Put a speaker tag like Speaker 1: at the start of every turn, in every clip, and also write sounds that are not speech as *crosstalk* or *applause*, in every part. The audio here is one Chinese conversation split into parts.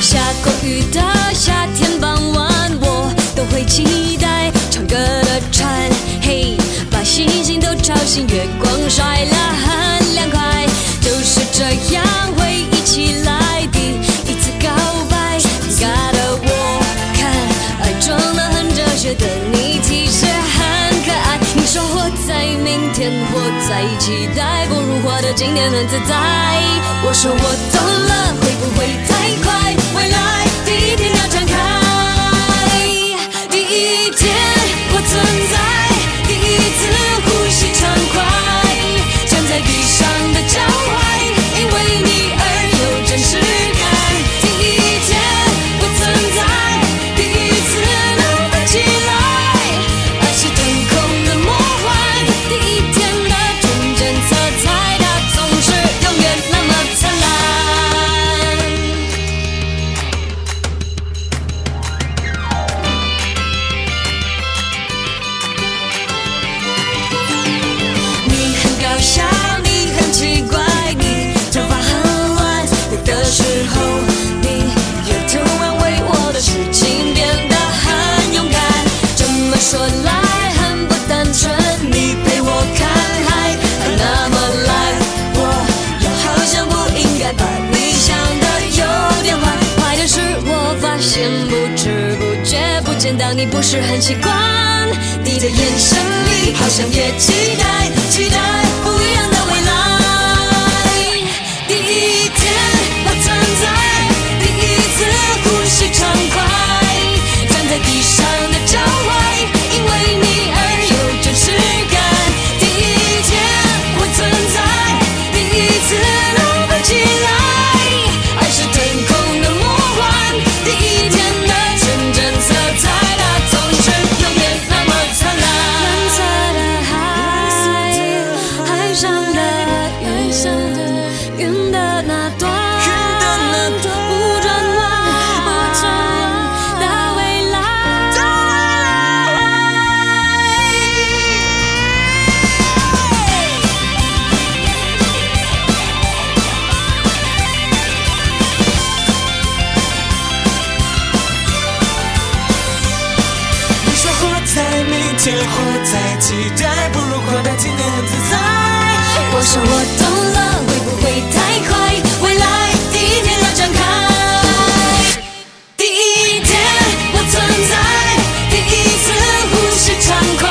Speaker 1: 下过雨的夏天傍晚，我都会期待唱歌的蝉，嘿，把星星都吵醒，月光晒了很凉快，就是这样回忆起来第一次告白，尴尬的我看，爱装得很哲学的你其实很可爱，你说活在明天，活在期待，不如活得今天很自在，我说我懂了，会不会太快？未来第一天要展开，第一天我存在，第一次呼吸畅快，站在地上的脚踝，因为你而有真实感。第一天我存在，第一次能飞起来，爱是天空的魔幻，第一天的纯真色彩，它总是永远那么灿烂。你很搞笑，你很奇怪，你头发很乱，有的时候你也突然为我的事情变得很勇敢。这么说来很不单纯，你陪我看海，还那么懒，我又好像不应该把你想的有点坏。坏的是我发现不知不觉不见到你不是很习惯，你的眼神里好像也期待期待不一样的未来。第一天我存在，第一次呼吸畅快，站在地上的脚踝，因为你而有真实感。第一天我存在，第一次能飞起来，爱是天空的魔幻，第一天的纯真色彩，它总是永远那么灿烂。蓝色的海，海上的云，云的那端，不转弯，不转弯到未来。
Speaker 2: 你说活在明天，活在期待，不如活在今天很自在。
Speaker 1: 我说我懂了，会不会太快？未来第一天要展开，第一天我存在，第一次呼吸畅快，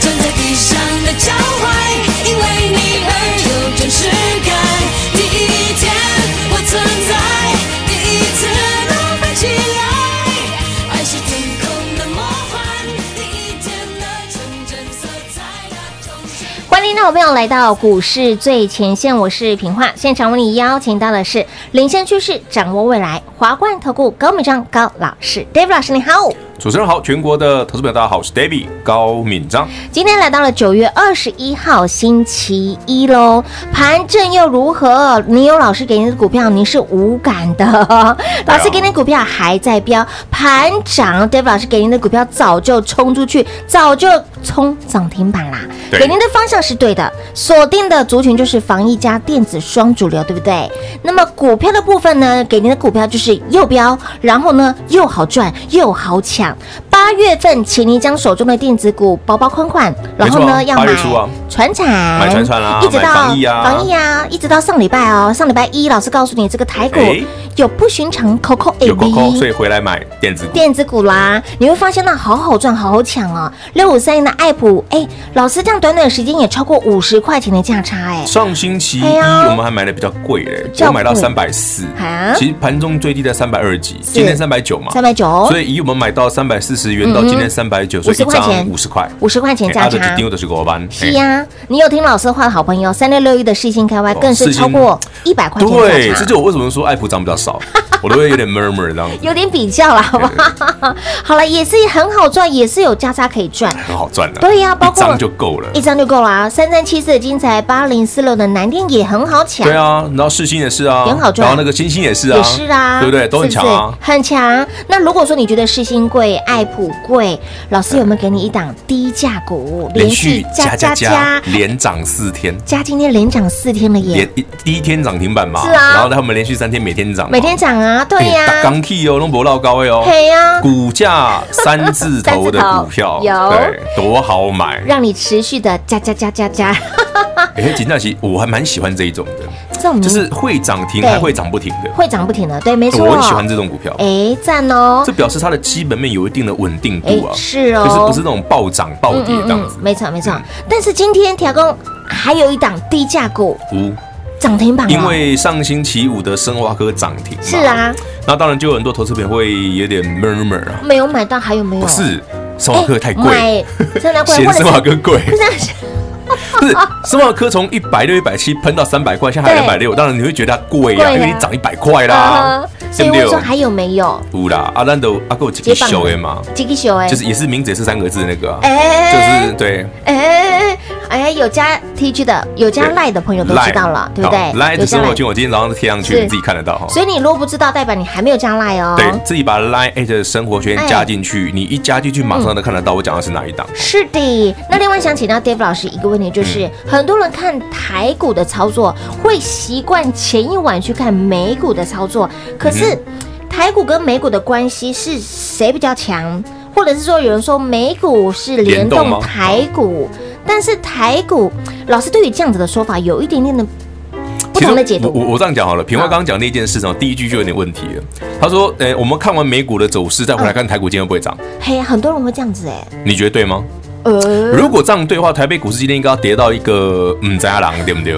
Speaker 1: 站在地上的脚踝，因为你而有真实感。第一天我存在，第一次能飞起来，爱是天空的魔幻，第一天的纯真色彩，它总是。
Speaker 3: 欢迎听众朋友来到股市最前线，我是平化。现场为你邀请到的是领先趋势，掌握未来，华冠投顾高敏章高老师，David 老师你好。
Speaker 4: 主持人好，全国的投资朋友大家好，我是 David 高敏章。
Speaker 3: 今天来到了九月二十一号星期一喽，盘正又如何？你有老师给你的股票，你是无感的。 *laughs* 老师给你的股票还在飙，盘涨，David 老师给您的股票早就冲出去，早就冲涨停板啦。
Speaker 4: 对
Speaker 3: 给您的方向是对的，锁定的族群就是防疫加电子双主流，对不对？那么股票的部分呢，给您的股票就是又标，然后呢又好赚又好抢。八月份，请您将手中的电子股包包款款，然后呢
Speaker 4: 没错
Speaker 3: 要
Speaker 4: 八
Speaker 3: 买
Speaker 4: 月初啊
Speaker 3: 船产，
Speaker 4: 买船产啊
Speaker 3: 一直
Speaker 4: 买
Speaker 3: 到
Speaker 4: 防疫啊
Speaker 3: 防疫啊，一直到上礼拜哦，上礼拜一老师告诉你这个台股
Speaker 4: 哎
Speaker 3: 有不寻常 COCO A
Speaker 4: 有 Coco，所以回来买电子股。
Speaker 3: 电子股啦，你会发现那好好赚，好好抢哦。六五三零的爱普，哎，老师这样短短的时间也超过五十块钱的价差，哎，
Speaker 4: 上星期一
Speaker 3: 哎呀
Speaker 4: 我们还买的比较贵嘞，
Speaker 3: 较
Speaker 4: 我买到
Speaker 3: 贵
Speaker 4: 三百四
Speaker 3: 啊，
Speaker 4: 其实盘中最低在三百二几，今天三百九嘛，
Speaker 3: 三百九，嗯
Speaker 4: 所以以我们买到三百四十元到今天三百九，所以一
Speaker 3: 50块钱
Speaker 4: 张五十块，
Speaker 3: 五十块钱价
Speaker 4: 哎啊就
Speaker 3: 差
Speaker 4: 丢。的是国班，
Speaker 3: 是啊
Speaker 4: 哎
Speaker 3: 呀、你有听老师的话的好朋友，三六六一的世星开外
Speaker 4: 哦
Speaker 3: 更是
Speaker 4: 世新
Speaker 3: 超过一百块钱价
Speaker 4: 哎对，
Speaker 3: 差
Speaker 4: 这就我为什么说爱普涨比较少，我都会有点 murmur 这样子，
Speaker 3: 有点比较啦，好不好？ *laughs* 好了，也是很好赚，也是有价差可以赚。
Speaker 4: 很好赚的，
Speaker 3: 对呀包
Speaker 4: 一
Speaker 3: 括
Speaker 4: 张就够了
Speaker 3: 一。张就够了啊！三三七四的金财，八零四六的南电也很好抢，
Speaker 4: 对啊，然后世新也是啊，
Speaker 3: 也很好赚
Speaker 4: 然后那个星星也是啊，
Speaker 3: 也是啊，
Speaker 4: 对不对？都很
Speaker 3: 是
Speaker 4: 强
Speaker 3: 是
Speaker 4: 啊。
Speaker 3: 很强。那如果说你觉得世新贵、爱普贵，老师有没有给你一档低价股，
Speaker 4: 连续加加加，连涨四天，
Speaker 3: 加今天连涨四天了
Speaker 4: 连
Speaker 3: 耶，
Speaker 4: 一第一天涨停板嘛，
Speaker 3: 是啊
Speaker 4: 然后他们连续三天每天涨嘛，
Speaker 3: 每天涨啊，对
Speaker 4: 哎
Speaker 3: 呀，
Speaker 4: 钢 K 哦，弄博到高位哦，
Speaker 3: 嘿呀，
Speaker 4: 股价三字头
Speaker 3: *laughs* 三字
Speaker 4: 的
Speaker 3: 头
Speaker 4: 股票，
Speaker 3: 有
Speaker 4: 对，多好买，
Speaker 3: 让你持续的加加加加加，
Speaker 4: 哎，金大奇，我还蛮喜欢这一种的，
Speaker 3: 这种
Speaker 4: 就是会涨停
Speaker 3: 对
Speaker 4: 还会涨不停的，
Speaker 3: 会涨不停的，对，没错，
Speaker 4: 我很喜欢这种股票，
Speaker 3: 哎，赞哦
Speaker 4: 这，表示它的基本面有一定的稳定
Speaker 3: 哎
Speaker 4: 度啊，，
Speaker 3: 是哦，
Speaker 4: 就是不是那种暴涨暴跌这样子，
Speaker 3: 嗯没错没
Speaker 4: 嗯
Speaker 3: 错。但是今天调工还有一档低价股
Speaker 4: 无。
Speaker 3: 涨停板哦，
Speaker 4: 因为上星期五的生华科涨停，
Speaker 3: 是啊，，
Speaker 4: 那当然就有很多投资朋友会有点 murmur 啊，
Speaker 3: 没有买到还有没有？
Speaker 4: 不是生
Speaker 3: 哎，
Speaker 4: 华科太贵，
Speaker 3: 买，真
Speaker 4: *laughs*
Speaker 3: 的贵，
Speaker 4: 嫌
Speaker 3: 或者
Speaker 4: 生华科
Speaker 3: *laughs*
Speaker 4: 贵，
Speaker 3: 不是啊
Speaker 4: 不是生华科从一百六、一百七喷到三百块，现在还两百六，当然你会觉得它贵
Speaker 3: 贵
Speaker 4: *laughs* 啊，
Speaker 3: 啊
Speaker 4: 因为你涨一百块啦
Speaker 3: 啊，，所以我说还有没有？
Speaker 4: 有啦，阿兰都阿够几个小的嘛，
Speaker 3: 这个小哎，
Speaker 4: 就是也是名字也是三个字的那个啊，就
Speaker 3: 哎，
Speaker 4: 是对。
Speaker 3: 哎哎，有加 TG 的，有加赖的朋友都知道了，对不对？
Speaker 4: 来
Speaker 3: 有
Speaker 4: 的
Speaker 3: 加
Speaker 4: 生活
Speaker 3: Line
Speaker 4: 圈，我今天早上贴上去，
Speaker 3: 是
Speaker 4: 你自己看得到哈。
Speaker 3: 所以你如果不知道，代表你还没有加赖哦。哎
Speaker 4: 对自己把 Line 的生活圈加进去，你一加进去，马
Speaker 3: 嗯
Speaker 4: 上都看得到我讲的是哪一档。
Speaker 3: 是的，那另外想请到 Dave 老师一个问题，
Speaker 4: 嗯
Speaker 3: 就是、很多人看台股的操作会习惯前一晚去看美股的操作，可
Speaker 4: 嗯
Speaker 3: 是、台股跟美股的关系是谁比较强？或者是说有人说美股是联
Speaker 4: 联动
Speaker 3: 动
Speaker 4: 吗
Speaker 3: 台股，但是台股老师对于这样子的说法有一点点的不同的解
Speaker 4: 我我
Speaker 3: 读，啊
Speaker 4: 我这样讲好了，平花刚刚讲那件事情，第一句就有点问题了。他说：“诶，我们看完美股的走势，再回来看台股今天会不会涨？
Speaker 3: 嘿，很多人会这样子哎、
Speaker 4: 你觉得对吗？
Speaker 3: 呃，
Speaker 4: 如果这样对的话，台北股市今天应该要跌到一个嗯怎样狼，对不
Speaker 3: *laughs*
Speaker 4: 对？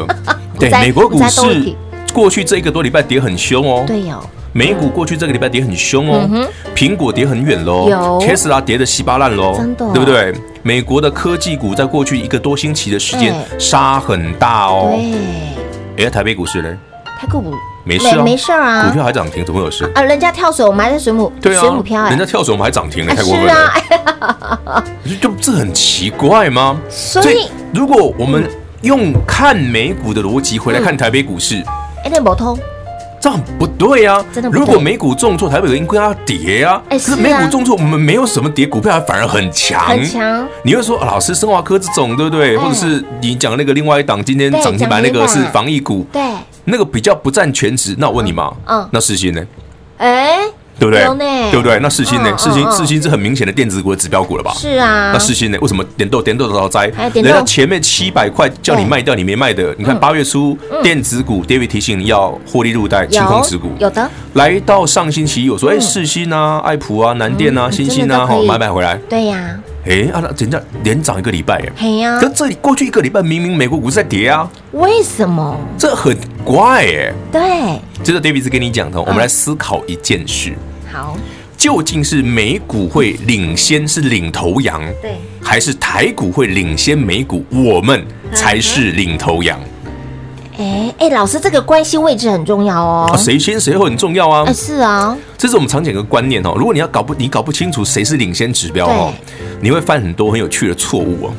Speaker 4: 对，
Speaker 3: 在
Speaker 4: 美国股
Speaker 3: 在兜
Speaker 4: 市
Speaker 3: 底
Speaker 4: 过去这一个多礼拜跌很凶哦。
Speaker 3: 对哦，
Speaker 4: 美股过去这个礼拜跌很凶
Speaker 3: 嗯哼
Speaker 4: 哦，苹果跌很远
Speaker 3: 有
Speaker 4: 喽，Tesla 跌得稀巴烂喽，
Speaker 3: 真的哦
Speaker 4: 对不对？美国的科技股在过去一个多星期的时间
Speaker 3: 对
Speaker 4: 杀很大哦。
Speaker 3: 对，
Speaker 4: 哎，台北股市呢？
Speaker 3: 台股
Speaker 4: 没事啊，
Speaker 3: 没事啊，
Speaker 4: 股票还涨停，怎么会有事？
Speaker 3: 啊，人家跳水，我们还在水母、
Speaker 4: 对啊
Speaker 3: 水母漂，哎、
Speaker 4: 人家跳水我们还涨停呢，
Speaker 3: 啊
Speaker 4: 太过分
Speaker 3: 是啊
Speaker 4: 了，，就这很奇怪吗？
Speaker 3: 所以
Speaker 4: 如果我们用看美股的逻辑回
Speaker 3: 嗯
Speaker 4: 来看台北股市，
Speaker 3: 哎，那某通
Speaker 4: 这样不对啊
Speaker 3: 真的！不对
Speaker 4: 如果美股重挫，台北应该要跌啊。
Speaker 3: 哎
Speaker 4: 可
Speaker 3: 是啊
Speaker 4: 是美股重挫，我们没有什么跌，股票反而很强。
Speaker 3: 很强，
Speaker 4: 你会说啊老师，生华科这种对不对？
Speaker 3: 哎
Speaker 4: 或者是你讲那个另外一档今天
Speaker 3: 对
Speaker 4: 涨停板那个
Speaker 3: 涨停
Speaker 4: 是
Speaker 3: 板
Speaker 4: 防疫股，
Speaker 3: 对，
Speaker 4: 那个比较不占全值。那我问你嘛，
Speaker 3: 嗯
Speaker 4: 那世新呢？
Speaker 3: 哎，
Speaker 4: 对不对
Speaker 3: 有呢？
Speaker 4: 对不对？那世新
Speaker 3: 嗯
Speaker 4: 呢？
Speaker 3: 嗯
Speaker 4: 世新
Speaker 3: 嗯
Speaker 4: 世新是很明显的电子股的指标股了吧？
Speaker 3: 是啊，
Speaker 4: 那世新呢？为什么点豆点豆的遭灾
Speaker 3: 哎？点
Speaker 4: 人
Speaker 3: 豆嗯
Speaker 4: 家前面七百块叫你
Speaker 3: 对
Speaker 4: 卖掉，你没卖的。你看八月初电子股，David 提醒你要获利入袋，清空
Speaker 3: 有
Speaker 4: 持股。
Speaker 3: 有的，
Speaker 4: 来到上星期一，我说哎，世新啊、爱普啊、南电啊、
Speaker 3: 嗯
Speaker 4: 新星
Speaker 3: 真的
Speaker 4: 啊，
Speaker 3: 都可
Speaker 4: 好
Speaker 3: 以
Speaker 4: 买买回来。
Speaker 3: 对呀，
Speaker 4: 哎啊，那人家连涨一个礼拜耶。
Speaker 3: 嘿啊呀
Speaker 4: 可，这里过去一个礼拜，明明美国股市在跌啊，
Speaker 3: 为什么？
Speaker 4: 这很怪哎。
Speaker 3: 对，
Speaker 4: 这个 David 是跟你讲的，我
Speaker 3: 嗯
Speaker 4: 们来思考一件事：
Speaker 3: 好，
Speaker 4: 究竟是美股会领先是领头羊，
Speaker 3: 对，
Speaker 4: 还是台股会领先美股，我们才是领头羊
Speaker 3: 嗯哎哎，老师，这个关系位置很重要哦
Speaker 4: 啊？，谁先谁后很重要啊
Speaker 3: 哎，。是啊，
Speaker 4: 这是我们常讲的观念哦。如果你要搞不你搞不清楚谁是领先指标哦，你会犯很多很有趣的错
Speaker 3: *laughs*
Speaker 4: 误哦。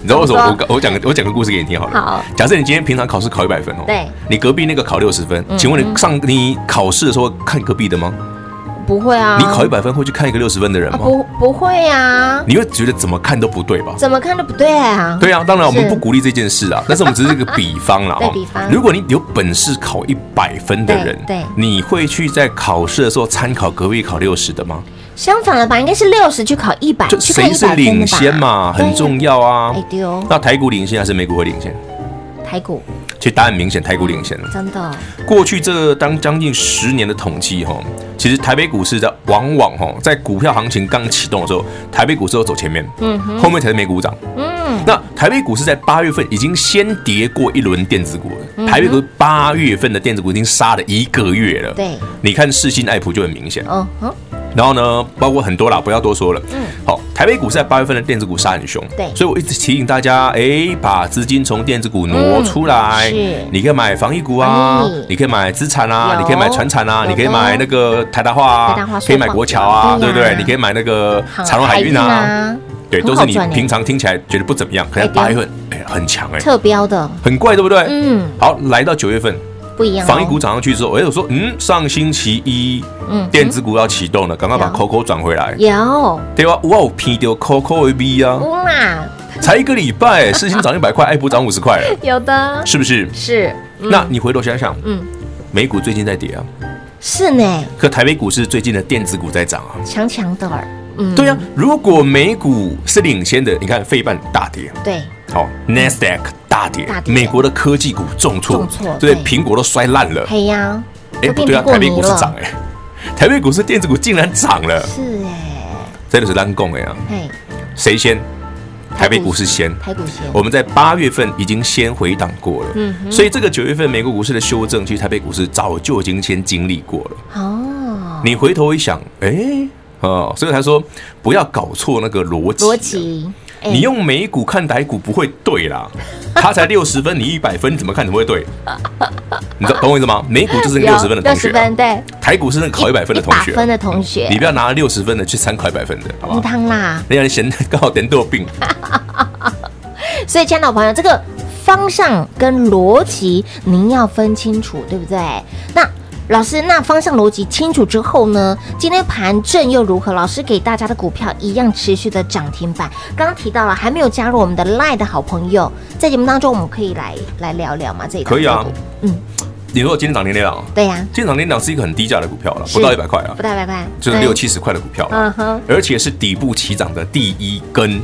Speaker 4: 你知道为什么？我
Speaker 3: 怎
Speaker 4: 我我讲个我讲个故事给你听好了。
Speaker 3: 好，
Speaker 4: 假设你今天平常考试考一百分哦，
Speaker 3: 对，嗯
Speaker 4: 你隔壁那个考六十分，请问你上你考试的时候会看隔壁的吗？
Speaker 3: 不会啊，
Speaker 4: 你考一百分会去看一个六十分的人
Speaker 3: 啊
Speaker 4: 吗？
Speaker 3: 不不会啊，
Speaker 4: 你会觉得怎么看都不对吧？
Speaker 3: 怎么看都不对啊，
Speaker 4: *laughs* 对啊，当然我们
Speaker 3: 是
Speaker 4: 不鼓励这件事啊，但是我们只是一个比方
Speaker 3: *laughs*
Speaker 4: 啦。
Speaker 3: 对
Speaker 4: 哦
Speaker 3: 比方
Speaker 4: 如果你有本事考一百分的人，
Speaker 3: 对对
Speaker 4: 你会去在考试的时候参考隔壁考六十的吗？
Speaker 3: 相反了吧，应该是六十去考一百，
Speaker 4: 就
Speaker 3: 去看
Speaker 4: 谁
Speaker 3: 一
Speaker 4: 是
Speaker 3: 百分
Speaker 4: 领
Speaker 3: 的吧
Speaker 4: 先嘛，
Speaker 3: 对啊
Speaker 4: 很重要啊
Speaker 3: 哎。丢、
Speaker 4: 那台股领先还是美股会领先？
Speaker 3: 台股
Speaker 4: 其实答案明显，台股领先了。
Speaker 3: 真的
Speaker 4: 过去这当将近十年的统计哈，其实台北股市在往往哈，在股票行情刚启动的时候，台北股市都走前面，嗯，后面才是美股涨。嗯，那台北股市在八月份已经先跌过一轮电子股了，台北股八月份的电子股已经杀了一个月了。
Speaker 3: 对，
Speaker 4: 你看世信爱普就很明显，
Speaker 3: 嗯哼，
Speaker 4: 然后呢，包括很多啦，不要多说了。嗯，好，台北股市在八月份的电子股杀很凶，
Speaker 3: 对
Speaker 4: 所以我一直提醒大家，哎，把资金从电子股挪出来，
Speaker 3: 嗯是
Speaker 4: 你可以买防疫股啊
Speaker 3: 防疫，
Speaker 4: 你可以买资产啊，
Speaker 3: 有
Speaker 4: 你可以买船产啊，
Speaker 3: 有的
Speaker 4: 你可以买那个台达化啊，
Speaker 3: 台达化
Speaker 4: 可以买国桥啊，
Speaker 3: 对
Speaker 4: 对
Speaker 3: 呀
Speaker 4: 不对？你可以买那个长荣海运啊，，对，
Speaker 3: 很
Speaker 4: 都
Speaker 3: 好
Speaker 4: 是你
Speaker 3: 赚欸
Speaker 4: 平常听起来觉得不怎么样，可
Speaker 3: 哎
Speaker 4: 能
Speaker 3: 对
Speaker 4: 八月份哎很强哎，
Speaker 3: 特标的，
Speaker 4: 很怪对不对？
Speaker 3: 嗯，
Speaker 4: 好，来到九月份，
Speaker 3: 不一样哦。
Speaker 4: 防疫股涨上去之后，哎，我说嗯，上星期一
Speaker 3: 嗯
Speaker 4: 电子股要启动了，赶快把
Speaker 3: 有
Speaker 4: COCO 转回来。
Speaker 3: 有，
Speaker 4: 对啊，哇，我拼掉 COCO A B 啊，
Speaker 3: 乌啦，
Speaker 4: 才一个礼拜，事情涨一百块，爱普涨五十块了，
Speaker 3: 有的
Speaker 4: 是不是？
Speaker 3: 是，嗯
Speaker 4: 那你回头想想，
Speaker 3: 嗯
Speaker 4: 嗯，美股最近在跌啊，
Speaker 3: 是呢，
Speaker 4: 可台北股市最近的电子股在涨啊。
Speaker 3: 强强的儿，嗯，
Speaker 4: 对啊，如果美股是领先的，你看费半大跌，
Speaker 3: 对，
Speaker 4: 好，Nasdaq 大跌
Speaker 3: 大，跌
Speaker 4: 美国的科技股重挫
Speaker 3: 重挫，
Speaker 4: 对，
Speaker 3: 对
Speaker 4: 苹果都摔烂了。
Speaker 3: 黑呀，
Speaker 4: 哎，
Speaker 3: 都
Speaker 4: 不
Speaker 3: 变
Speaker 4: 对啊，
Speaker 3: 苹果
Speaker 4: 台北股
Speaker 3: 泥
Speaker 4: 市
Speaker 3: 了
Speaker 4: 涨哎，台北股市电子股竟然涨了，
Speaker 3: 是哎，
Speaker 4: 真的是烂供哎呀，
Speaker 3: 嘿，
Speaker 4: 谁先？台北股市先，
Speaker 3: 排骨鞋，
Speaker 4: 我们在八月份已经先回档过了，
Speaker 3: 嗯
Speaker 4: 所以这个九月份美国股市的修正，其实台北股市早就已经先经历过了。
Speaker 3: 哦，
Speaker 4: 你回头一想，哎、哦，所以他说不要搞错那个逻辑，啊
Speaker 3: 逻，辑，哎
Speaker 4: 你用美股看台股不会
Speaker 3: *laughs*
Speaker 4: 对啦，它才六十分，你一百分，你怎么看怎么会对？你懂懂我意思吗？美股就是那六十分的同
Speaker 3: 六十
Speaker 4: 学、啊
Speaker 3: 分，对，
Speaker 4: 台股是那个考一百分的同
Speaker 3: 一
Speaker 4: 学，
Speaker 3: 百
Speaker 4: 啊
Speaker 3: 分的同学
Speaker 4: 你不要拿六十分的去参考一百分的，好不
Speaker 3: 乌
Speaker 4: 好？
Speaker 3: 汤啦。
Speaker 4: 那样嫌刚好点多病，
Speaker 3: 所以，亲爱的朋友，这个方向跟逻辑您要分清楚，对不对？那老师，那方向逻辑清楚之后呢，今天盘正又如何？老师给大家的股票一样持续的涨停板。刚刚提到了还没有加入我们的 Line 的好朋友，在节目当中我们可以来来聊聊嘛？这一档
Speaker 4: 可以啊
Speaker 3: 个股。嗯，
Speaker 4: 你说我今天涨停量啊，
Speaker 3: 对呀、
Speaker 4: 今天涨停量是一个很低价的股票了，
Speaker 3: 是
Speaker 4: 不到一百块啊
Speaker 3: 不，大拜拜，
Speaker 4: 就是
Speaker 3: 对
Speaker 4: 六，七十块的股票
Speaker 3: 嗯
Speaker 4: 了，
Speaker 3: 哼，
Speaker 4: 而且是底部起涨的第一根。你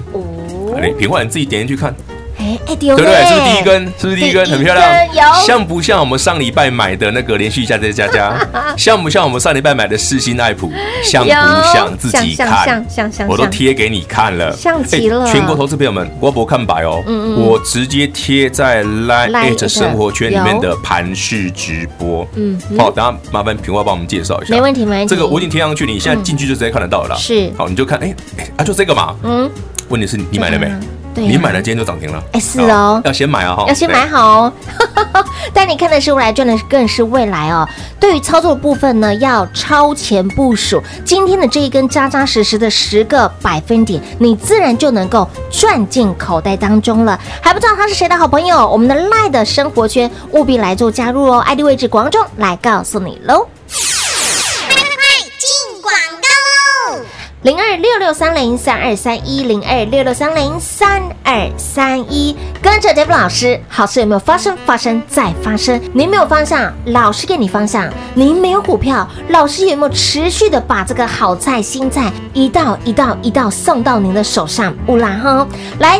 Speaker 3: 哦，
Speaker 4: 品冠你自己点进去看，
Speaker 3: 哎哎丢
Speaker 4: 嗯对不
Speaker 3: 嘞，
Speaker 4: 对？是不是第一根？是不是第一根？
Speaker 3: 第一根
Speaker 4: 很漂亮，
Speaker 3: 有
Speaker 4: 像不像我们上礼拜买的那个连续加加
Speaker 3: *laughs*
Speaker 4: 加加？像不像我们上礼拜买的世新爱普？像不像？
Speaker 3: 有
Speaker 4: 自己
Speaker 3: 像
Speaker 4: 看
Speaker 3: 像。像像像，
Speaker 4: 我都贴给你看了，
Speaker 3: 像极了
Speaker 4: 哎全国投资朋友们，我不看白哦，
Speaker 3: 嗯嗯
Speaker 4: 我直接贴在
Speaker 3: Line
Speaker 4: Line 生活圈里面
Speaker 3: 有
Speaker 4: 的盘式直播。
Speaker 3: 嗯哼
Speaker 4: 好，等下麻烦平花帮我们介绍一下。
Speaker 3: 没问题没问题，
Speaker 4: 这个我已经贴上去，你现在进去就直接看得到了啦。
Speaker 3: 是
Speaker 4: 好，你就看，哎、哎啊，就这个嘛。
Speaker 3: 嗯。
Speaker 4: 问题是你买了没
Speaker 3: 对啊？对啊
Speaker 4: 你买了，今天就涨停了。
Speaker 3: 哎是哦
Speaker 4: 好要先买啊哈，
Speaker 3: 要先买
Speaker 4: 对。
Speaker 3: 好哦。 *laughs* 但你看的是未来，赚的更是未来哦。对于操作部分呢，要超前部署。今天的这一根扎扎实实的十个百分点，你自然就能够赚进口袋当中了。还不知道他是谁的好朋友，我们的赖的生活圈务必来做加入哦。ID 位置广中来告诉你喽。零二六六三零三二三一零二六六三零三二三一，跟着 David 老师，好事有没有发生？发生再发生。您没有方向，老师给你方向；您没有股票，老师有没有持续的把这个好菜、新菜一道一道一道送到您的手上？乌啦哈，来。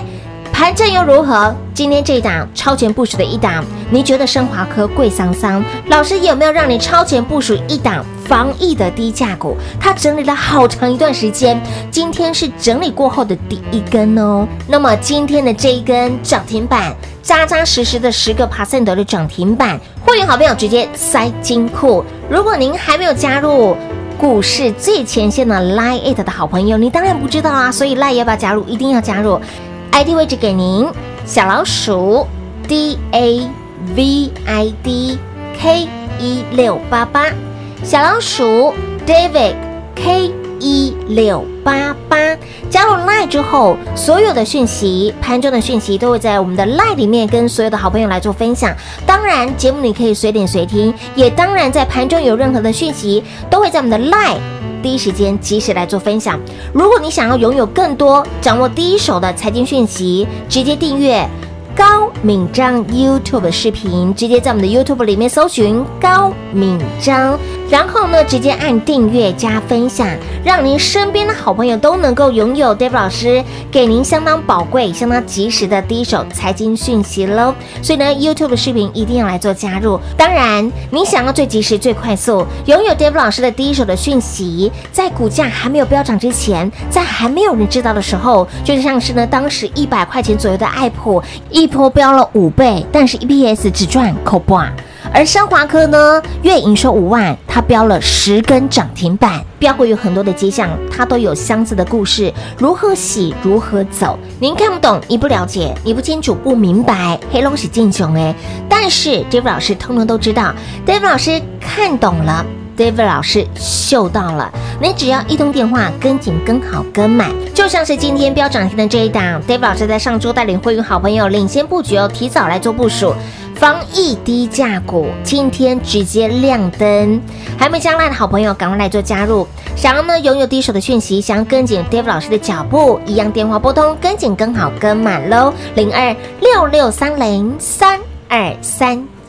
Speaker 3: 盘正又如何？今天这一档超前部署的一档，你觉得升华科贵桑桑老师有没有让你超前部署一档防疫的低价股？它整理了好长一段时间，今天是整理过后的第一根哦。那么今天的这一根涨停板，扎扎实实的十个 percent 的涨停板，会员好朋友直接塞金库。如果您还没有加入，股市最前线的 Line It 的好朋友，你当然不知道啊，所以 Line 要不要加入？一定要加入，ID 位置给您，小老鼠 D A V I D K 一六八八，小老鼠 David K 一六八八。加入 Line 之后，所有的讯息、盘中的讯息都会在我们的 Line 里面跟所有的好朋友来做分享。当然，节目你可以随点随听，也当然在盘中有任何的讯息，都会在我们的 Line 第一时间及时来做分享。如果你想要拥有更多掌握第一手的财经讯息，直接订阅。高敏章 YouTube 的视频，直接在我们的 YouTube 里面搜寻高敏章，然后呢，直接按订阅加分享，让您身边的好朋友都能够拥有 Dave 老师给您相当宝贵、相当及时的第一手财经讯息喽。所以呢，YouTube 的视频一定要来做加入。当然，你想要最及时、最快速拥有 Dave 老师的第一手的讯息，在股价还没有飙涨之前，在还没有人知道的时候，就像是呢，当时一 E 百块钱左右的爱普一波飙了五倍，但是 EPS 只赚口半。而升华科呢，月营收五万，它标了十根涨停板，标股有很多的迹象，它都有相似的故事，如何洗，如何走，您看不懂，你不了解，你不清楚，不明白，黑龙喜进熊哎，但是 David 老师通通都知道，David 老师看懂了。David 老师嗅到了，你只要一通电话，跟紧、跟好、跟满，就像是今天标涨停的这一档，David 老师在上周带领会员好朋友领先布局哦，提早来做部署。防疫低价股今天直接亮灯，还没加赖的好朋友赶快来做加入。想要呢拥有第一手的讯息，想要跟紧 David 老师的脚步，一样电话拨通，跟紧、跟好、跟满喽，零二六六三零三二三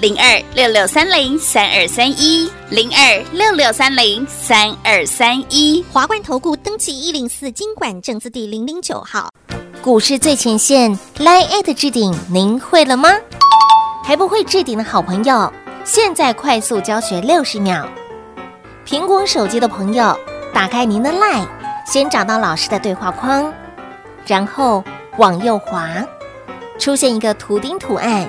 Speaker 5: 零二六六三零三二三一零二六六三零三二三一。
Speaker 6: 华冠投顾登记一零四经管证字第零零九号，
Speaker 3: 股市最前线 Line at 置顶，您会了吗？还不会置顶的好朋友，现在快速教学六十秒。苹果手机的朋友，打开您的 Line，先找到老师的对话框，然后往右滑，出现一个图钉图案，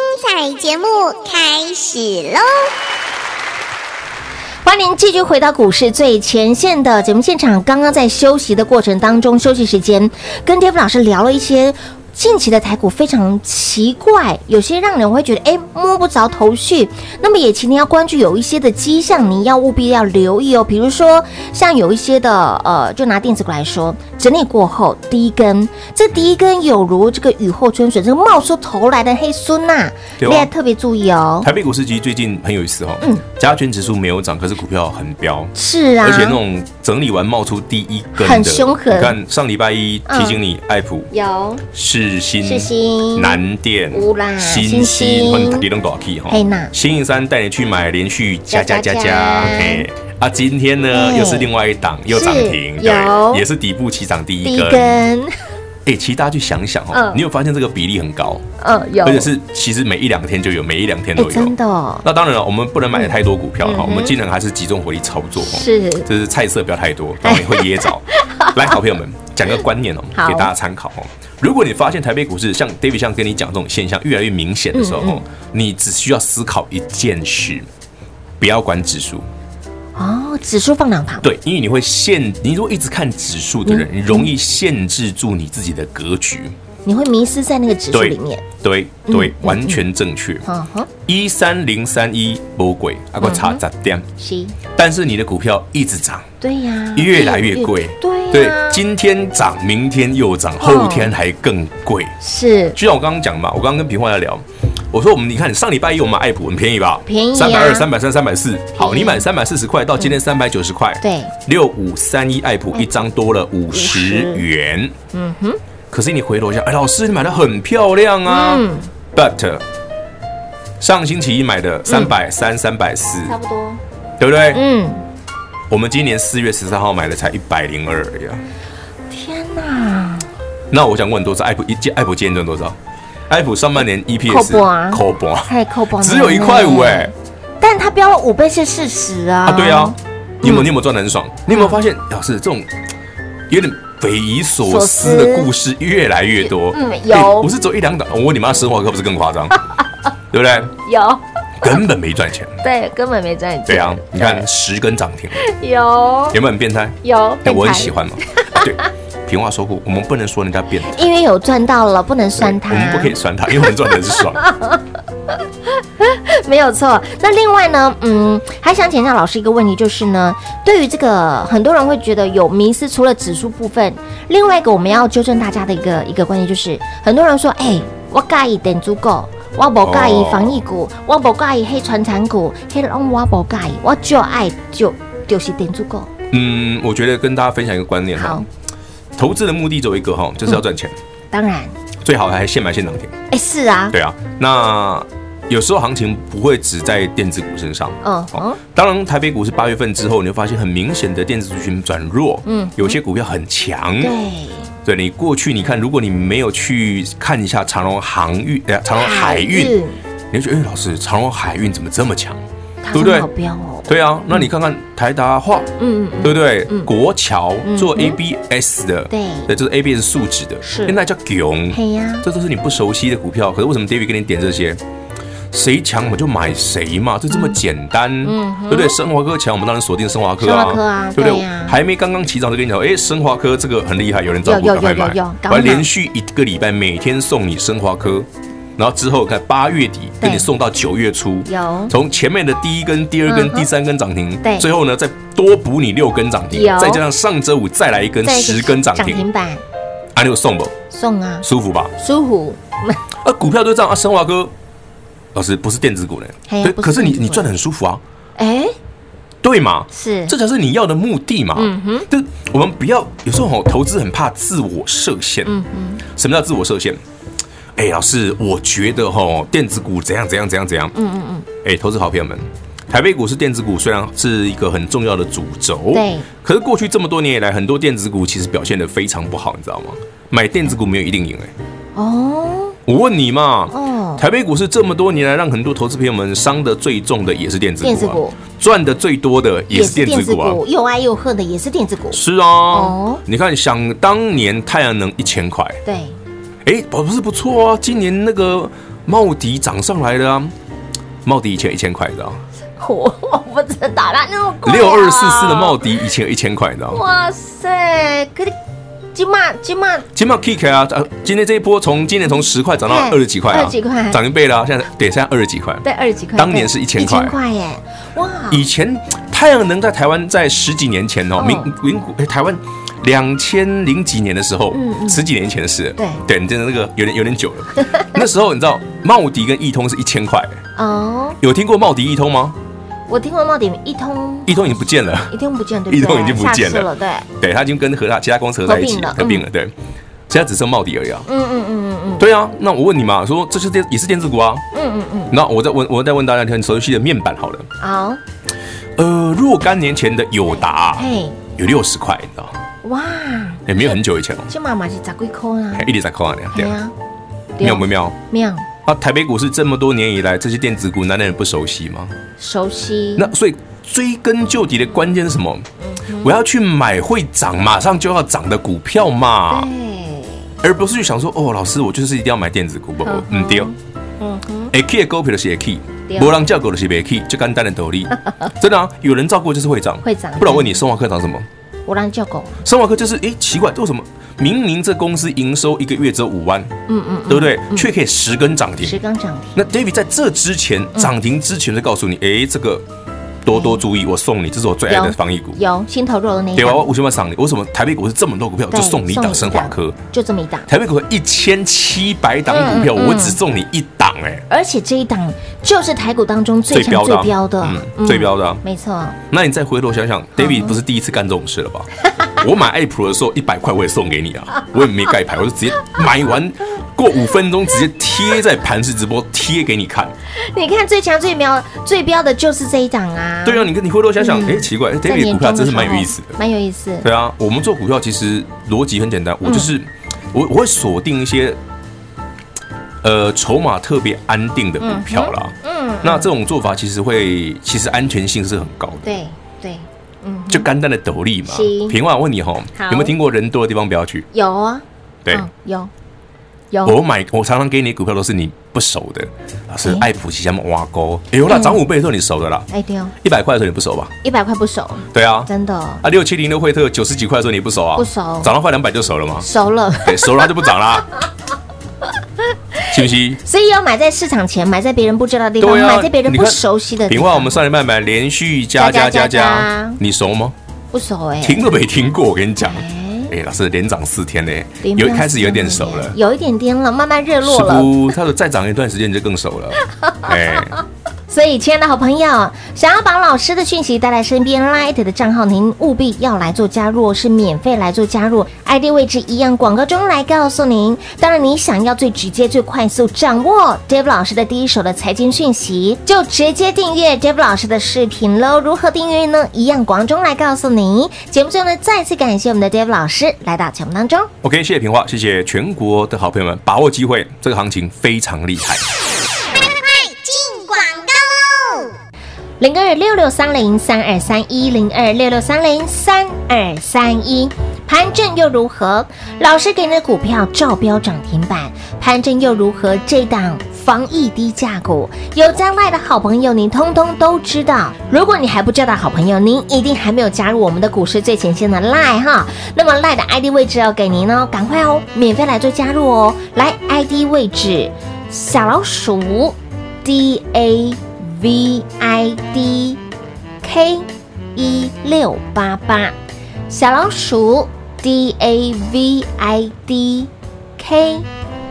Speaker 6: 彩节目开始喽！
Speaker 3: 欢迎继续回到股市最前线的节目现场。刚刚在休息的过程当中，休息时间跟 Dave 老师聊了一些近期的台股非常奇怪，有些让人会觉得哎摸不着头绪。那么也请你要关注有一些的迹象，你要务必要留意哦。比如说像有一些的呃，就拿电子股来说，整理过后第一根，这第一根有如这个雨后春笋，这个冒出头来的黑孙呐、
Speaker 4: 对哦
Speaker 3: 你要特别注意哦。
Speaker 4: 台北股市其实最近很有意思哦，嗯，加权指数没有涨，可是股票很飙。
Speaker 3: 是啊，
Speaker 4: 而且那种整理完冒出第一根的，
Speaker 3: 很凶狠
Speaker 4: 你看上礼拜一提醒你，爱普、
Speaker 3: 有
Speaker 4: 世新、
Speaker 3: 世新
Speaker 4: 南电
Speaker 3: 乌啦、
Speaker 4: 新
Speaker 3: 新
Speaker 4: 星，
Speaker 3: 兴
Speaker 4: 和哦你都大 key 哈
Speaker 3: 嘿呐。
Speaker 4: 星期三带你去买连续加加
Speaker 3: 加
Speaker 4: 加
Speaker 3: 加
Speaker 4: 加
Speaker 3: 加，
Speaker 4: 嘿啊，今天呢
Speaker 3: 嘿
Speaker 4: 又是另外一档又涨停，
Speaker 3: 是有
Speaker 4: 对，也是底部起涨第
Speaker 3: 第
Speaker 4: 一
Speaker 3: 一 *laughs*
Speaker 4: 根。
Speaker 3: 根，
Speaker 4: 哎，其实大家去想想哦
Speaker 3: 嗯，
Speaker 4: 你有发现这个比例很高，
Speaker 3: 嗯，有，
Speaker 4: 而且是其实每一两天就有，每一两天
Speaker 3: 哎
Speaker 4: 都，有
Speaker 3: 真。的哦，
Speaker 4: 那当然了，我们不能买太多股票了
Speaker 3: 嗯
Speaker 4: 哈，
Speaker 3: 嗯哼
Speaker 4: 我们尽量还是集中火力操作哦。
Speaker 3: 是
Speaker 4: 这是菜色不要太多，不然你会噎着。 *laughs* 来，好朋友们，讲个观念哦，
Speaker 3: 哎好
Speaker 4: 给大家参考哦。如果你发现台北股市像 David 像跟你讲这种现象越来越明显的时候，
Speaker 3: 嗯
Speaker 4: 哦，你只需要思考一件事，不要管指数。
Speaker 3: 哦，指数放两旁，
Speaker 4: 对，因为你会限，你如果一直看指数的人，
Speaker 3: 嗯
Speaker 4: 你容易限制住你自己的格局。
Speaker 3: 你会迷失在那个指数里面，
Speaker 4: 对对，完全正确。
Speaker 3: 嗯哼，
Speaker 4: 一三零三一魔鬼，啊，
Speaker 3: 嗯
Speaker 4: 我差十点，
Speaker 3: 是，
Speaker 4: 但是你的股票一直涨。
Speaker 3: 对呀，
Speaker 4: 越来越贵，
Speaker 3: 嗯对
Speaker 4: 对
Speaker 3: 呀，，嗯
Speaker 4: 今天涨，明天又涨，后天还更贵。
Speaker 3: 是
Speaker 4: 就像我刚刚讲嘛，我刚刚跟平花在聊，我说我们你看，你上礼拜一我们买爱普很便宜吧，
Speaker 3: 便宜啊
Speaker 4: 三百二、三百三、三百四，好，你买三百四十块，到今天三百九十块，
Speaker 3: 对，嗯
Speaker 4: 六五三一爱普一张多了五十元，嗯哼，可是你回头想，哎，老师你买的很漂亮啊
Speaker 3: 嗯
Speaker 4: ，but 上星期一买的三百三、三百四，
Speaker 3: 差不多，
Speaker 4: 对不对？
Speaker 3: 嗯，
Speaker 4: 我们今年四月十三号买的才一百零二而已啊。
Speaker 3: 天哪，
Speaker 4: 那我想问多少？艾普一艾普今年赚多少？艾普上半年 EPS
Speaker 3: 扣半啊
Speaker 4: 扣半
Speaker 3: 太扣啊爆，
Speaker 4: 只有一块五哎，
Speaker 3: 但它标了五倍是事实啊，
Speaker 4: 啊对啊，，你有没有你有没有赚的很爽？你有没有发现老师这种有点匪夷所思的故事越来越多？
Speaker 3: 嗯
Speaker 4: 哎
Speaker 3: 有
Speaker 4: 不是走一两档，我问你妈生活可不是
Speaker 3: *laughs*
Speaker 4: 更夸张，对不对？
Speaker 3: 有，
Speaker 4: 根本没赚钱。
Speaker 3: *laughs* 对，根本没赚钱，
Speaker 4: 对啊，你看十根涨停，
Speaker 3: 有
Speaker 4: 有没有很变态？哦
Speaker 3: 有 *laughs*
Speaker 4: 哎，我很喜欢嘛。啊对，平话说过，我们不能说人家变态，
Speaker 3: 因为有赚到了，不能酸他，
Speaker 4: 哎我们不可以酸他，因为我们赚的是 *laughs* 爽。
Speaker 3: 没有错。那另外呢，嗯，还想请教老师一个问题，就是呢，对于这个很多人会觉得有迷思，除了指数部分，另外一个我们要纠正大家的一个一个观念就是，很多人说，哎、我介意电子股，我不介意
Speaker 4: 哦
Speaker 3: 防疫股，我不介意黑传产股，黑龙我不介意，我就爱就就是电子股。
Speaker 4: 嗯，我觉得跟大家分享一个观念哈
Speaker 3: 好，，
Speaker 4: 投资的目的只有一个哈，就是要赚钱，
Speaker 3: 当然，
Speaker 4: 最好还现买现涨停。
Speaker 3: 哎、是啊，
Speaker 4: 对啊，那有时候行情不会只在电子股身上。
Speaker 3: 嗯
Speaker 4: 哦
Speaker 3: 嗯，
Speaker 4: 当然，台北股是八月份之后，你会发现很明显的电子族群转弱，嗯，有些股票很强。
Speaker 3: 对，
Speaker 4: 对，你过去你看，如果你没有去看一下长荣航运，呃，长荣海运，你会觉得，哎，老师，长荣海运怎么这么强？
Speaker 3: 它
Speaker 4: 对不
Speaker 3: 真
Speaker 4: 对
Speaker 3: 的好标哦，
Speaker 4: 对啊，那你看看台达化，
Speaker 3: 嗯嗯
Speaker 4: 对不对？国桥
Speaker 3: 嗯
Speaker 4: 做
Speaker 3: 嗯
Speaker 4: ABS 的，
Speaker 3: 对
Speaker 4: 对，就是 ABS 素质的，
Speaker 3: 是
Speaker 4: 哎那叫囧
Speaker 3: 嗯，，嘿呀，
Speaker 4: 这都是你不熟悉的股票，可是为什么 David 给你点这些？谁强我们就买谁嘛，就这么简单，
Speaker 3: 嗯
Speaker 4: 对不对？升华科强，我们当然锁定升华科啊，
Speaker 3: 升华科啊
Speaker 4: 对不
Speaker 3: 对
Speaker 4: 对
Speaker 3: 啊？
Speaker 4: 还没刚刚起涨就跟你讲，哎，升华科这个很厉害，有人照顾，
Speaker 3: 有
Speaker 4: 赶
Speaker 3: 有
Speaker 4: 快
Speaker 3: 有有
Speaker 4: 买
Speaker 3: 有赶快，
Speaker 4: 我还
Speaker 3: 买
Speaker 4: 连续一个礼拜每天送你升华科。然后之后看八月底给你
Speaker 3: 对
Speaker 4: 送到九月初，
Speaker 3: 有
Speaker 4: 从前面的第一根、第二
Speaker 3: 嗯
Speaker 4: 根、
Speaker 3: 哼
Speaker 4: 第三根涨停，
Speaker 3: 对
Speaker 4: 最后呢再多补你六根涨停
Speaker 3: 有，
Speaker 4: 再加上上周五再来一根
Speaker 3: 再一个
Speaker 4: 十根涨
Speaker 3: 涨停
Speaker 4: 停，
Speaker 3: 板
Speaker 4: 啊，你有送不？
Speaker 3: 送啊，
Speaker 4: 舒服吧？
Speaker 3: 舒服， *laughs*
Speaker 4: 啊，股票就这样啊，生华哥，老师不是电子股嘞，
Speaker 3: 嘿
Speaker 4: 对，
Speaker 3: 不是
Speaker 4: 可是你
Speaker 3: 电子股
Speaker 4: 你赚的很舒服啊，
Speaker 3: 哎、
Speaker 4: 对嘛？
Speaker 3: 是
Speaker 4: 这才是你要的目的嘛。
Speaker 3: 嗯哼，
Speaker 4: 就我们不要有时候吼投资很怕自我设限。嗯嗯，什么叫自我设限？哎，老师，我觉得吼电子股怎样怎样怎样怎样。嗯嗯嗯。哎，投资好朋友们。台北股市电子股虽然是一个很重要的主轴，
Speaker 3: 对，
Speaker 4: 可是过去这么多年以来，很多电子股其实表现得非常不好，你知道吗？买电子股没有一定赢哎、
Speaker 3: 哦
Speaker 4: 我问你嘛，
Speaker 3: 哦，
Speaker 4: 台北股市这么多年来，让很多投资朋友们伤的最重的也是电子股、啊，
Speaker 3: 电子股
Speaker 4: 赚的最多的也是电子股啊。
Speaker 3: 又爱又恨的也是电子股，
Speaker 4: 是啊，
Speaker 3: 哦
Speaker 4: 你看，想当年太阳能一千块，
Speaker 3: 对， *laughs*
Speaker 4: 哎，不是不错啊。今年那个茂迪涨上来了啊，茂迪以前一千块，你知道吗？
Speaker 3: 我我不知道啦，那么贵啊
Speaker 4: 六二四四的，茂迪以前一千块，你哦知道吗？
Speaker 3: 哇塞，可是今嘛今嘛
Speaker 4: 今麦 K K 啊，呃今天这一波从今年从十块涨到
Speaker 3: 哎
Speaker 4: 二十几块啊，
Speaker 3: 20几块
Speaker 4: 涨一倍了啊、现在对，现在二十几块。
Speaker 3: 对二十几块，
Speaker 4: 当年是
Speaker 3: 对
Speaker 4: 1000
Speaker 3: 一
Speaker 4: 块
Speaker 3: 千块耶，哇，
Speaker 4: 以前太阳能在台湾在十几年前哦，
Speaker 3: 嗯
Speaker 4: 民民国哎台湾两千零几年的时候
Speaker 3: 嗯，嗯
Speaker 4: 十几年前的事，
Speaker 3: 对
Speaker 4: 对，你真的那个有点有点久了。 *laughs* 那时候你知道茂迪跟易通是一千块，
Speaker 3: 哦，
Speaker 4: 有听过茂迪易通吗？
Speaker 3: 我听过茂鼎一通
Speaker 4: 易通已经不见了， *laughs*
Speaker 3: 一通不见，对不对？
Speaker 4: 一通已经不见了
Speaker 3: 下市了，对，
Speaker 4: 对，它已经跟和它其他公司合在一起
Speaker 3: 合并了
Speaker 4: 合并了，对，现在只剩茂迪而已啊。
Speaker 3: 嗯嗯嗯嗯
Speaker 4: 对啊，那我问你嘛，说这是电也是电子股啊，
Speaker 3: 嗯嗯嗯
Speaker 4: 那我再问我再问大家一条你熟悉的面板好了，
Speaker 3: 嗯，好，
Speaker 4: 呃，若干年前的友达
Speaker 3: 嘿，
Speaker 4: 有六十块，你知道，
Speaker 3: 哇，
Speaker 4: 也没有很久以前哦，
Speaker 3: 今嘛嘛是十几块啊
Speaker 4: 哎，一直在扣啊，
Speaker 3: 嘿
Speaker 4: 对啊。
Speaker 3: 啊，
Speaker 4: 妙不妙？
Speaker 3: 妙，
Speaker 4: 啊，台北股市这么多年以来，这些电子股难道你不熟悉吗？
Speaker 3: 熟悉，
Speaker 4: 那所以追根究底的关键是什么？
Speaker 3: 嗯
Speaker 4: 我要去买会涨、马上就要涨的股票嘛，
Speaker 3: 对，
Speaker 4: 而不是去想说哦，老师，我就是一定要买电子股，不不
Speaker 3: 嗯，哼
Speaker 4: 嗯丢。
Speaker 3: 嗯哼，
Speaker 4: A K 的股票就是 A K，
Speaker 3: 对啊
Speaker 4: 没人叫狗就是没 K，就简单的道
Speaker 3: *laughs*
Speaker 4: 理。真的啊，有人照顾就是会涨，
Speaker 3: 会涨
Speaker 4: 不然我问你，生华科涨什么？
Speaker 3: 我让叫狗，
Speaker 4: 生华科就是诶，奇怪，为什么明明这公司营收一个月只有五万，嗯嗯，对不对？却可以十根涨停，
Speaker 3: 石刚涨停。
Speaker 4: 那 David 在这之前
Speaker 3: 嗯
Speaker 4: 涨停之前就告诉你，哎，这个多多注意，我送你，这是我最爱的防疫股，
Speaker 3: 嗯有心头肉的那一
Speaker 4: 对哦吧？
Speaker 3: 档，
Speaker 4: 我为什么要赏你？为什么台北股是这么多股票，我
Speaker 3: 对
Speaker 4: 就送你一档生华科？
Speaker 3: 就这么一档，
Speaker 4: 台北股一千七百档股票，
Speaker 3: 嗯嗯
Speaker 4: 我只送你一档，哎，
Speaker 3: 而且这一档就是台股当中最强
Speaker 4: 最
Speaker 3: 最
Speaker 4: 标
Speaker 3: 标
Speaker 4: 的
Speaker 3: 的嗯
Speaker 4: 啊嗯，最标的啊
Speaker 3: 没错，
Speaker 4: 那你再回头想想，David 不是第一次干这种事了吧？ *laughs* 我买爱普的时候，一百块我也送给你啊，我也没盖牌，我就直接买完，过五分钟直接贴在盘式直播贴给你看。
Speaker 3: 你看最强最标最标的就是这一档啊，
Speaker 4: 对啊，你跟你回头想想，
Speaker 3: 嗯
Speaker 4: 哎，奇怪
Speaker 3: 在
Speaker 4: ，David 的
Speaker 3: 年
Speaker 4: 股
Speaker 3: 终
Speaker 4: 票
Speaker 3: 的
Speaker 4: 真是
Speaker 3: 时
Speaker 4: 蛮有
Speaker 3: 候
Speaker 4: 意思的。
Speaker 3: 蛮有意思，
Speaker 4: 对啊，我们做股票其实逻辑很简
Speaker 3: 嗯
Speaker 4: 单，我就是、我我会锁定一些呃筹码特别安定的股票啦。
Speaker 3: 嗯，
Speaker 4: 那这种做法其实会，其实安全性是很高的，
Speaker 3: 对对，嗯，
Speaker 4: 就干单的斗笠嘛
Speaker 3: 是。
Speaker 4: 平话问你吼，
Speaker 3: 好
Speaker 4: 有没有听过人多的地方不要去？
Speaker 3: 有啊，
Speaker 4: 对，哦
Speaker 3: 嗯有，有
Speaker 4: 我买我常常给你的股票都是你不熟的，老师爱普奇下面挖沟，有
Speaker 3: 嗯
Speaker 4: 啦，涨五倍的时候你熟的啦，
Speaker 3: 哎对哦，
Speaker 4: 一百块的时候你不熟吧？
Speaker 3: 一百块不熟，
Speaker 4: 对啊，
Speaker 3: 真的哦
Speaker 4: 啊六七零六惠特九十几块的时候你不熟啊？
Speaker 3: 不熟
Speaker 4: 涨到快两百就熟了嘛？
Speaker 3: 熟了，
Speaker 4: 对，熟了它就不涨啦，信不信？
Speaker 3: 所以要买在市场前，买在别人不知道的地方，
Speaker 4: 对啊，
Speaker 3: 买在别人不熟悉的地
Speaker 4: 你
Speaker 3: 方。
Speaker 4: 看我们上礼拜买连续加加加加，你熟吗？
Speaker 3: 不熟哎、
Speaker 4: 听都没听过，我跟你讲。
Speaker 3: 哎
Speaker 4: 哎，老师连涨四天呢，
Speaker 3: 零
Speaker 4: 有
Speaker 3: 票
Speaker 4: 开始有点熟
Speaker 3: 四
Speaker 4: 了
Speaker 3: 耶。有一点点了，慢慢热络
Speaker 4: 是
Speaker 3: 了。
Speaker 4: 不？他说再涨一段时间你就更熟 *laughs* 了。哎，
Speaker 3: 所以，亲爱的好朋友，想要把老师的讯息带来身边，Light 的账号您务必要来做加入，是免费来做加入，ID 位置一样，广告中来告诉您。当然，你想要最直接、最快速掌握 Dave 老师的第一手的财经讯息，就直接订阅 Dave 老师的视频喽。如何订阅呢？一样，广告中来告诉您。节目最后呢，再次感谢我们的 Dave 老师来到节目当中。
Speaker 4: OK，谢谢平话，谢谢全国的好朋友们，把握机会，这个行情非常厉害。
Speaker 6: 进广告喽！
Speaker 3: 零二六六三零三二三一零二六六三零三二三一。盘正又如何？老师给你的股票照标涨停板，盘正又如何？这档防疫低价股，有将来的好朋友，你通通都知道。如果你还不知道的好朋友，您一定还没有加入我们的股市最前线的 Line 哈。那么 Line 的 ID 位置要给您哦，赶快哦，免费来做加入哦。来 ID 位置，小老鼠 D A V I D K 一六八八，小老鼠 D A V I D K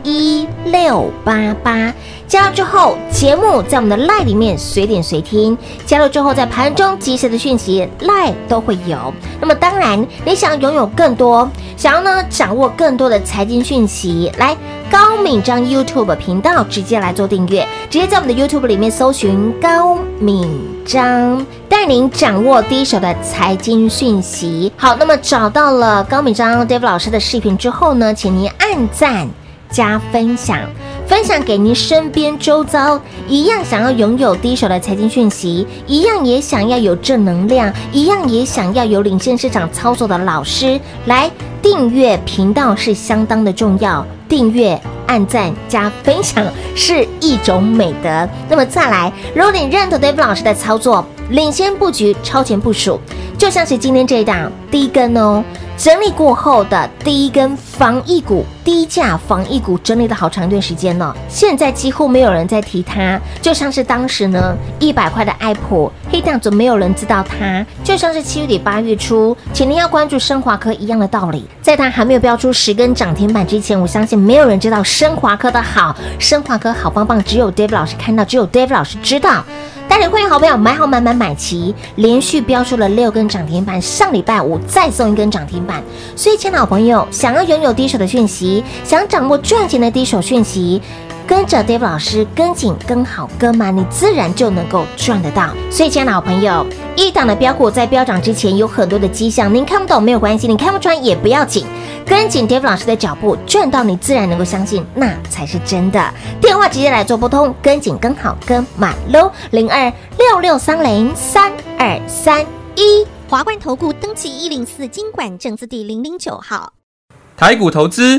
Speaker 3: 一六八八。加入之后，节目在我们的 Line 里面随点随听。加入之后，在盘中及时的讯息 Line 都会有。那么当然，你想拥有更多，想要呢掌握更多的财经讯息，来高敏章 YouTube 频道直接来做订阅，直接在我们的 YouTube 里面搜寻高敏。章，带您掌握第一手的财经讯息。好，那么找到了高敏章 Dave 老师的视频之后呢，请您按赞加分享，分享给您身边周遭一样想要拥有第一手的财经讯息，一样也想要有正能量，一样也想要有领先市场操作的老师来订阅频道是相当的重要，订阅。按赞加分享是一种美德。那么再来，如果你认同 Dave 老师的操作，领先布局、超前部署，就像是今天这一档第一根哦，整理过后的第一根防疫股，低价防疫股整理了好长一段时间了，现在几乎没有人在提它，就像是当时呢一百块的爱普黑档怎么没有人知道它，就像是七月底八月初，请您要关注升华科一样的道理，在它还没有标出十根涨停板之前，我相信没有人知道升华科的好，升华科好棒棒，只有 Dave 老师看到，只有 Dave 老师知道。带领会员好朋友买好买买买齐，连续标出了六根涨停板，上礼拜五再送一根涨停板。所以，亲爱的好朋友，想要拥有第一手的讯息，想掌握赚钱的第一手讯息。跟着 Dave 老师跟紧、跟好、跟满，你自然就能够赚得到。所以，亲爱的好朋友，一档的标股在飙涨之前有很多的迹象，您看不懂没有关系，你看不穿也不要紧，跟紧 Dave 老师的脚步，赚到你自然能够相信，那才是真的。电话直接来做拨通，跟紧、跟好、跟满喽，零二六六三零三二三一。
Speaker 6: 华冠投顾登记一零四经管证字第零零九号。
Speaker 7: 台股投资，